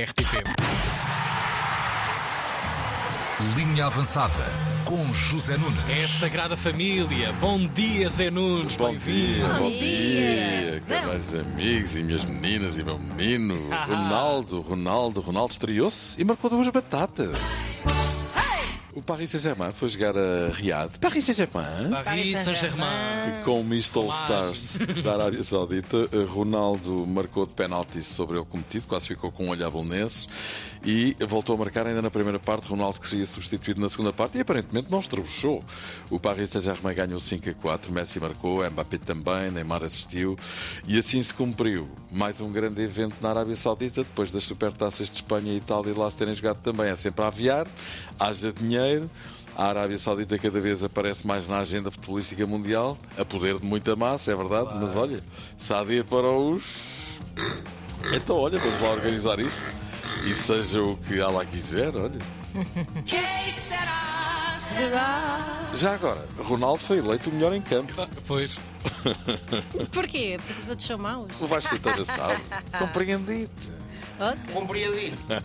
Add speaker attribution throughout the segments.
Speaker 1: RTP.
Speaker 2: Linha Avançada com José Nunes.
Speaker 1: É a Sagrada Família. Bom dia, Zé Nunes.
Speaker 3: Bom dia,
Speaker 1: Bem-vindo.
Speaker 3: bom
Speaker 4: dia,
Speaker 3: dia,
Speaker 4: Zezão.
Speaker 3: caros amigos e minhas meninas e meu menino.
Speaker 1: Ah.
Speaker 3: Ronaldo, Ronaldo, Ronaldo estreou-se e marcou duas batatas. O Paris Saint-Germain foi jogar a Riad. Paris Saint-Germain.
Speaker 1: Paris Saint-Germain.
Speaker 3: Com o All Stars
Speaker 1: Colagem.
Speaker 3: da Arábia Saudita, Ronaldo marcou de penalti sobre ele cometido, quase ficou com um olho a Belenenses e voltou a marcar ainda na primeira parte. Ronaldo que seria substituído na segunda parte e aparentemente não estrebuchou. O Paris Saint-Germain ganhou 5 a 4, Messi marcou, Mbappé também, Neymar assistiu e assim se cumpriu. Mais um grande evento na Arábia Saudita, depois das supertaças de Espanha e Itália lá se terem jogado também. É sempre a aviar, haja dinheiro. A Arábia Saudita cada vez aparece mais na agenda futebolística mundial, a poder de muita massa, é verdade, mas olha, se há dia para os. Então, olha, vamos lá organizar isto e seja o que Allah quiser, olha. Já agora, Ronaldo foi eleito o melhor em campo.
Speaker 1: Ah, Pois.
Speaker 4: Porquê? Porque os outros são maus?
Speaker 3: O vais ser taraçado. Compreendi-te.
Speaker 4: Ok.
Speaker 3: Eh,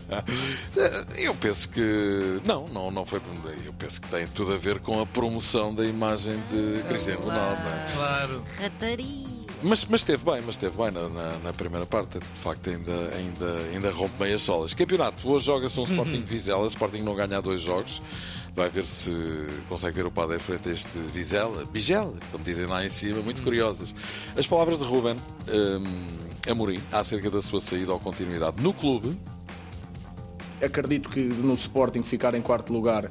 Speaker 3: Eu penso que. Não, não, não foi. Eu penso que tem tudo a ver com a promoção da imagem de Cristiano Ronaldo. não é?
Speaker 1: Claro.
Speaker 4: Rataria.
Speaker 3: Mas, mas esteve bem, mas esteve bem na, na- na primeira parte. De facto, ainda, ainda, ainda rompe meias solas. Campeonato, hoje joga-se um Sporting Vizela. Sporting não ganha há dois jogos. Vai ver se consegue ver o Padre em frente a este Vizela. Vigela, como dizem lá em cima, muito curiosas. As palavras de Ruben hum, Amorim acerca da sua saída ou continuidade no clube.
Speaker 5: Acredito que no Sporting ficar em quarto lugar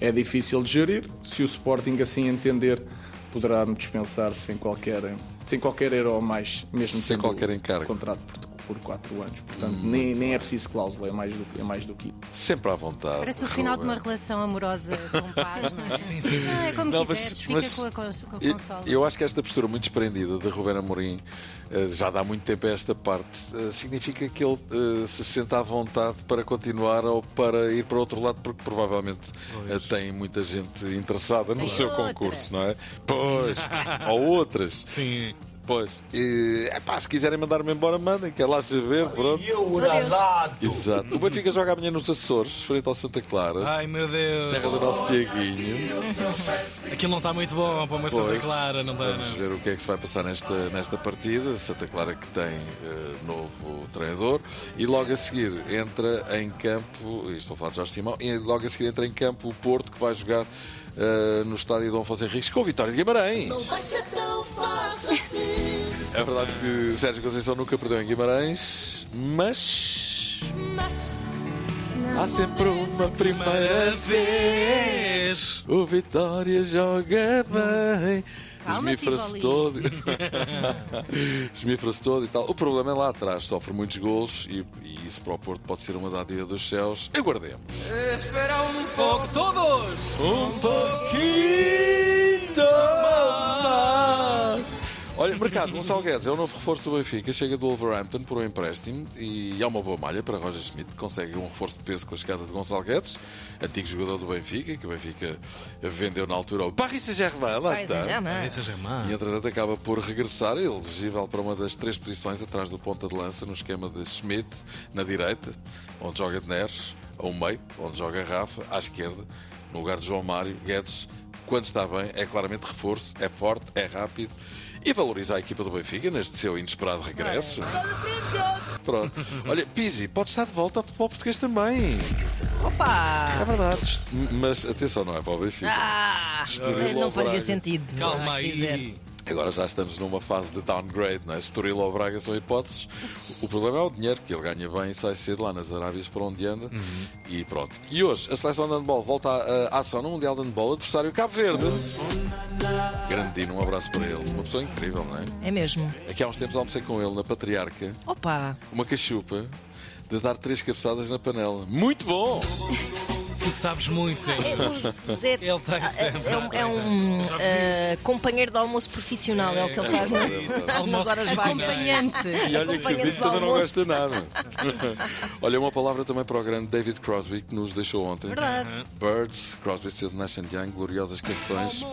Speaker 5: é difícil de gerir. Se o Sporting assim entender, poderá-me dispensar sem qualquer, sem qualquer euro ou mais, mesmo
Speaker 3: Sem
Speaker 5: tendo
Speaker 3: qualquer encargo. Hum,
Speaker 5: contrato por, por quatro anos. Portanto, nem, nem é preciso cláusula, é mais do, que- é mais do que isso.
Speaker 3: Sempre à vontade.
Speaker 4: Parece
Speaker 6: um
Speaker 4: o final de uma
Speaker 3: Ruben.
Speaker 4: relação amorosa com paz, não é?
Speaker 1: Sim, sim, sim,
Speaker 6: Ah,
Speaker 4: Não, é
Speaker 1: sim.
Speaker 4: como
Speaker 3: Não, mas-
Speaker 4: quiseres, fica
Speaker 3: mas-
Speaker 4: com a, cons- com a
Speaker 3: Eu-
Speaker 4: consola.
Speaker 3: Eu acho que esta postura muito desprendida de Ruben Amorim, eh, já dá muito tempo a esta parte, eh, significa que ele eh, se sente à vontade para continuar ou para ir para outro lado, porque provavelmente eh, tem muita gente interessada no
Speaker 4: Tem
Speaker 3: seu
Speaker 4: outra.
Speaker 3: concurso, não é? Pois, ou outras.
Speaker 1: Sim.
Speaker 3: Pois, e, epá, se quiserem mandar-me embora, mandem, quer lá saber, pronto.
Speaker 4: Oh, Deus.
Speaker 3: Exato. O Benfica joga amanhã nos Açores, frente ao Santa Clara,
Speaker 1: Ai, meu Deus.
Speaker 3: terra do nosso Tiaguinho.
Speaker 1: Aquilo não está muito bom para uma Santa
Speaker 3: Pois,
Speaker 1: Clara, não está?
Speaker 3: Vamos
Speaker 1: não?
Speaker 3: ver o que é que se vai passar nesta, nesta partida. Santa Clara que tem eh, novo treinador e logo a seguir entra em campo, e estou a falar de Jorge Simão, e logo a seguir entra em campo o Porto que vai jogar eh, no estádio Dom Afonso Henriques com o Vitória de Guimarães.
Speaker 7: Vai ser tão fácil assim.
Speaker 3: É verdade que Sérgio Conceição nunca perdeu em Guimarães, mas
Speaker 7: Mas
Speaker 3: há sempre uma primeira
Speaker 1: Primeira
Speaker 3: vez.
Speaker 1: vez.
Speaker 3: O Vitória joga bem.
Speaker 4: Calma,
Speaker 3: Esmifra-se
Speaker 4: Tivoli.
Speaker 3: todo. Esmifra-se todo e tal. O problema é lá atrás, sofre muitos golos e, e isso para o Porto pode ser uma dádiva dos céus. Aguardemos.
Speaker 1: um Pouco todos.
Speaker 3: Um pouquinho mais. Olha, mercado, Gonçalo Guedes é o novo reforço do Benfica, chega do Wolverhampton por um empréstimo e é uma boa malha para Roger Schmidt, que consegue um reforço de peso com a chegada de Gonçalo Guedes, antigo jogador do Benfica, que o Benfica vendeu na altura ao Paris Saint-Germain, lá
Speaker 4: Pois
Speaker 3: está.
Speaker 4: é, já não.
Speaker 1: Paris Saint-Germain.
Speaker 3: E entretanto acaba por regressar, é elegível para uma das três posições atrás do ponta de lança no esquema de Schmidt, na direita, onde joga de Neres, ao meio, onde joga Rafa, à esquerda, no lugar de João Mário, Guedes, quando está bem, é claramente reforço, é forte, é rápido e valoriza a equipa do Benfica neste seu inesperado regresso. Pronto. Olha, Pizzi, pode estar de volta ao futebol português também.
Speaker 6: Pá!
Speaker 3: É verdade. Mas atenção, não é para o Benfica.
Speaker 6: Ah,
Speaker 3: Estoril ao
Speaker 6: não fazia
Speaker 3: Braga.
Speaker 6: sentido.
Speaker 1: Calma
Speaker 6: mas quiser.
Speaker 1: aí.
Speaker 3: Agora já estamos numa fase de downgrade, não é? Estoril ou Braga são hipóteses. O problema é o dinheiro, que ele ganha bem e sai cedo lá nas Arábias para onde anda. E pronto. E hoje, a seleção de handball volta à, à ação no Mundial de Handball, adversário Cabo Verde. Grandino, um abraço para ele. Uma pessoa incrível, não é?
Speaker 6: É mesmo.
Speaker 3: Aqui há uns tempos almocei com ele na Patriarca,
Speaker 6: Opa!
Speaker 3: uma cachupa, de dar três cabeçadas na panela. Muito bom!
Speaker 1: Tu sabes muito, sim.
Speaker 6: É, o Zé
Speaker 1: Ele tem
Speaker 6: ah,
Speaker 1: sempre.
Speaker 6: é, um, é um,
Speaker 1: Já vos
Speaker 6: ah, companheiro de almoço profissional, é, o que ele faz
Speaker 3: é
Speaker 6: na-
Speaker 3: verdade.
Speaker 6: nas
Speaker 1: Almoço
Speaker 6: horas vagas.
Speaker 1: profissional.
Speaker 4: Acompanhante.
Speaker 3: E olha que o
Speaker 6: Acompanhante
Speaker 3: David
Speaker 6: de
Speaker 3: também não
Speaker 6: almoço.
Speaker 3: gosta nada. olha, uma palavra também para o grande David Crosby que nos deixou ontem.
Speaker 6: Verdade.
Speaker 3: Birds, Crosby, Stills, Nash and Young, gloriosas canções.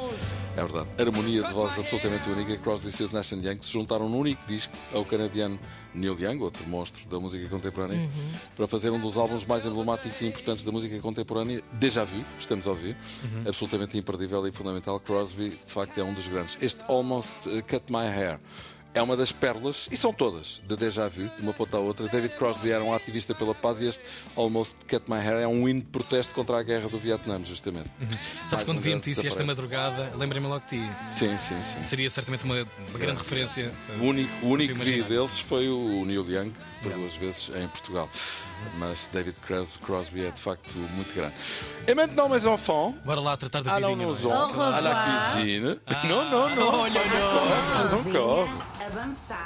Speaker 3: É verdade. Harmonia de voz absolutamente única. Crosby, Stills, Nash and Young se juntaram num único disco ao canadiano Neil Young, outro monstro da música contemporânea,
Speaker 1: Uhum.
Speaker 3: para fazer um dos álbuns mais emblemáticos e importantes da música contemporânea. Déjà Vu, estamos a ouvir.
Speaker 1: Uhum.
Speaker 3: Absolutamente imperdível e fundamental. Crosby, de facto, é um dos grandes. Este Almost eh, Cut My Hair. É uma das pérolas, e são todas, de déjà vu, de uma ponta à outra. David Crosby era um ativista pela paz e este Almost Cut My Hair é um hino de protesto contra a guerra do Vietnã, justamente.
Speaker 1: Sabes
Speaker 3: Mais
Speaker 1: Uhum. quando
Speaker 3: um
Speaker 1: vi a
Speaker 3: grande
Speaker 1: notícia esta
Speaker 3: desaparece.
Speaker 1: madrugada, lembrei-me logo de ti.
Speaker 3: Sim, sim, sim.
Speaker 1: Seria certamente uma, uma
Speaker 3: É.
Speaker 1: grande referência.
Speaker 3: O único, o único
Speaker 1: Não te
Speaker 3: dia
Speaker 1: imaginar.
Speaker 3: deles foi o Neil Young, por duas vezes em Portugal. Mas David Cros- Crosby é de facto muito grande. E maintenant, mes enfants,
Speaker 1: Bora lá tratar da
Speaker 3: allons
Speaker 1: vidinha. não é?
Speaker 3: nous en à la cuisine. Não, não, não,
Speaker 1: Olha, olha.
Speaker 3: não corre.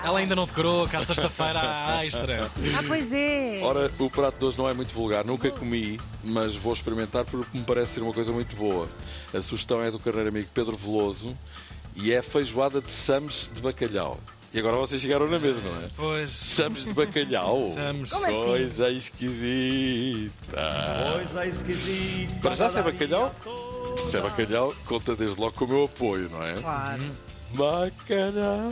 Speaker 1: Ela ainda não decorou, cá sexta-feira à extra.
Speaker 8: Ah, pois é.
Speaker 3: Ora, o prato de hoje não é muito vulgar, nunca comi, mas vou experimentar porque me parece ser uma coisa muito boa. A sugestão é do carneiro amigo Pedro Veloso e é feijoada de sams de bacalhau. E agora vocês chegaram na mesma, não é?
Speaker 1: Pois.
Speaker 3: Sams de bacalhau.
Speaker 1: Sams. Como
Speaker 8: assim?
Speaker 3: Coisa esquisita.
Speaker 9: Coisa esquisita.
Speaker 3: Para já, se é bacalhau, se é bacalhau, conta desde logo com o meu apoio, não é?
Speaker 8: Claro.
Speaker 3: Bacalhau.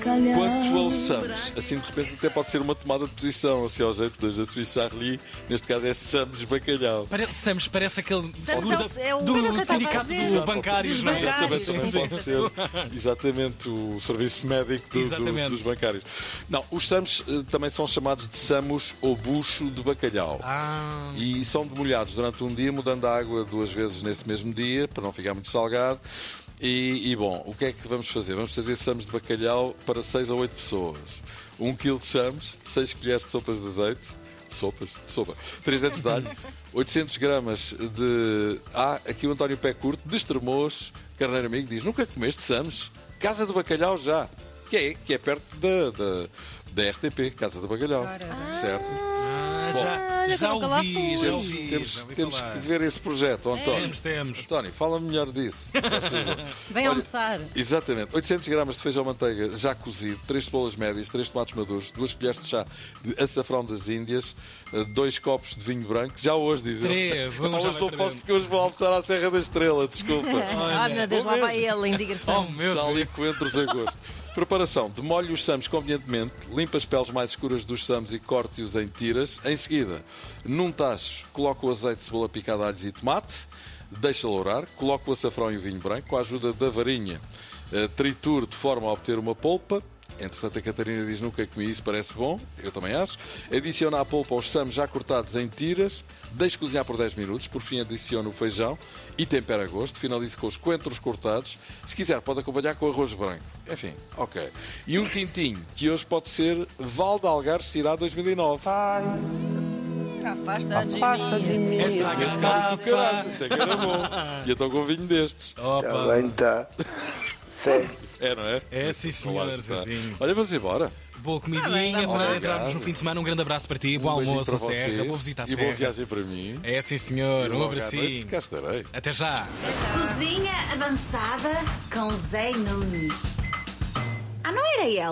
Speaker 3: Quanto, quanto ao Sams, assim de repente até pode ser uma tomada de posição, assim ao jeito da Suíça Charlie, neste caso é Sams Bacalhau.
Speaker 1: Parece, Sams, parece aquele
Speaker 6: Samos é o- é o-
Speaker 1: do,
Speaker 6: era o que eu estava a
Speaker 1: sindicato
Speaker 6: dizer.
Speaker 1: dos bancários, não é?
Speaker 3: Exatamente,
Speaker 6: bancários,
Speaker 3: também
Speaker 6: sim,
Speaker 3: pode ser exatamente o serviço médico do- do-
Speaker 1: Exatamente.
Speaker 3: dos bancários. Não, os Sams eh, também são chamados de Samos ou bucho de bacalhau.
Speaker 1: Ah,
Speaker 3: E são demolhados durante um dia, mudando a água duas vezes nesse mesmo dia, para não ficar muito salgado. E, e, bom, o que é que vamos fazer? Vamos fazer samos de bacalhau para 6 a 8 pessoas. 1 um quilo de samos, 6 colheres de sopas de azeite, sopas, sopa, 3 dentes de alho, 800 gramas de. Ah, aqui o António Pé Curto, de Estremoz, carneiro amigo, diz: Nunca comeste samos? Casa do Bacalhau já. Que é, que é perto da, da, da RTP, Casa do Bacalhau. Certo?
Speaker 1: ah, já,
Speaker 6: olha,
Speaker 1: já
Speaker 6: nunca lá
Speaker 1: ouvi, já
Speaker 6: fui.
Speaker 1: ouvi.
Speaker 3: Temos, temos-
Speaker 1: já ouvi
Speaker 3: temos
Speaker 1: falar.
Speaker 3: que ver esse projeto, ó, António.
Speaker 1: Temos, temos.
Speaker 3: António, fala melhor disso. se faz favor.
Speaker 4: Vem
Speaker 3: Olha,
Speaker 4: almoçar.
Speaker 3: Exatamente. 800 gramas de feijão manteiga já cozido, 3 cebolas médias, 3 tomates maduros, 2 colheres de chá de açafrão das Índias, 2 copos de vinho branco. Já hoje, dizem.
Speaker 1: Três, um
Speaker 3: Epá,
Speaker 1: já
Speaker 3: hoje
Speaker 1: vai
Speaker 3: não posso
Speaker 1: perdendo.
Speaker 3: porque hoje vou almoçar à Serra da Estrela, desculpa.
Speaker 6: Ah, meu Deus, lá vai ele, em digressão.
Speaker 1: Oh, meu Deus.
Speaker 3: Sal e coentros a gosto. Preparação: demolhe os sams convenientemente, limpa as peles mais escuras dos sams e corte-os em tiras. Em seguida, num tacho, coloque o azeite, cebola picada, alhos e tomate, deixa lourar, coloque o açafrão e o vinho branco, com a ajuda da varinha, eh, triture de forma a obter uma polpa. Entretanto, a Catarina diz nunca comi isso, parece bom, eu também acho. Adiciona à polpa os sams já cortados em tiras, deixe cozinhar por 10 minutos, por fim adiciona o feijão e tempera a gosto, finalize com os coentros cortados. Se quiser, pode acompanhar com arroz branco. Enfim, ok. E um tintinho, que hoje pode ser Val de Algarve Cirá 2009.
Speaker 1: Ah,
Speaker 6: Afasta de mim.
Speaker 1: Essa
Speaker 3: Isso, caralho, isso é que era bom. E eu estou com um vinho destes.
Speaker 1: Opa,
Speaker 9: tá. Sério.
Speaker 3: É, não é?
Speaker 1: é sim
Speaker 3: Lá
Speaker 1: senhor,
Speaker 3: está.
Speaker 1: sim senhor.
Speaker 3: Olha, vamos embora.
Speaker 1: Boa comidinha para
Speaker 3: tá Obrigado.
Speaker 1: entrarmos no fim de semana. Um grande abraço para ti, bom
Speaker 3: um beijinho
Speaker 1: almoço à
Speaker 3: para vocês.
Speaker 1: Serra, boa visita à
Speaker 3: E boa
Speaker 1: Serra.
Speaker 3: viagem para mim.
Speaker 1: É sim senhor, um
Speaker 3: Logo à noite,
Speaker 1: abracinho.
Speaker 3: Cá estarei.
Speaker 1: Até já.
Speaker 8: Cozinha avançada com Zé Nunes. Ah, não era ele?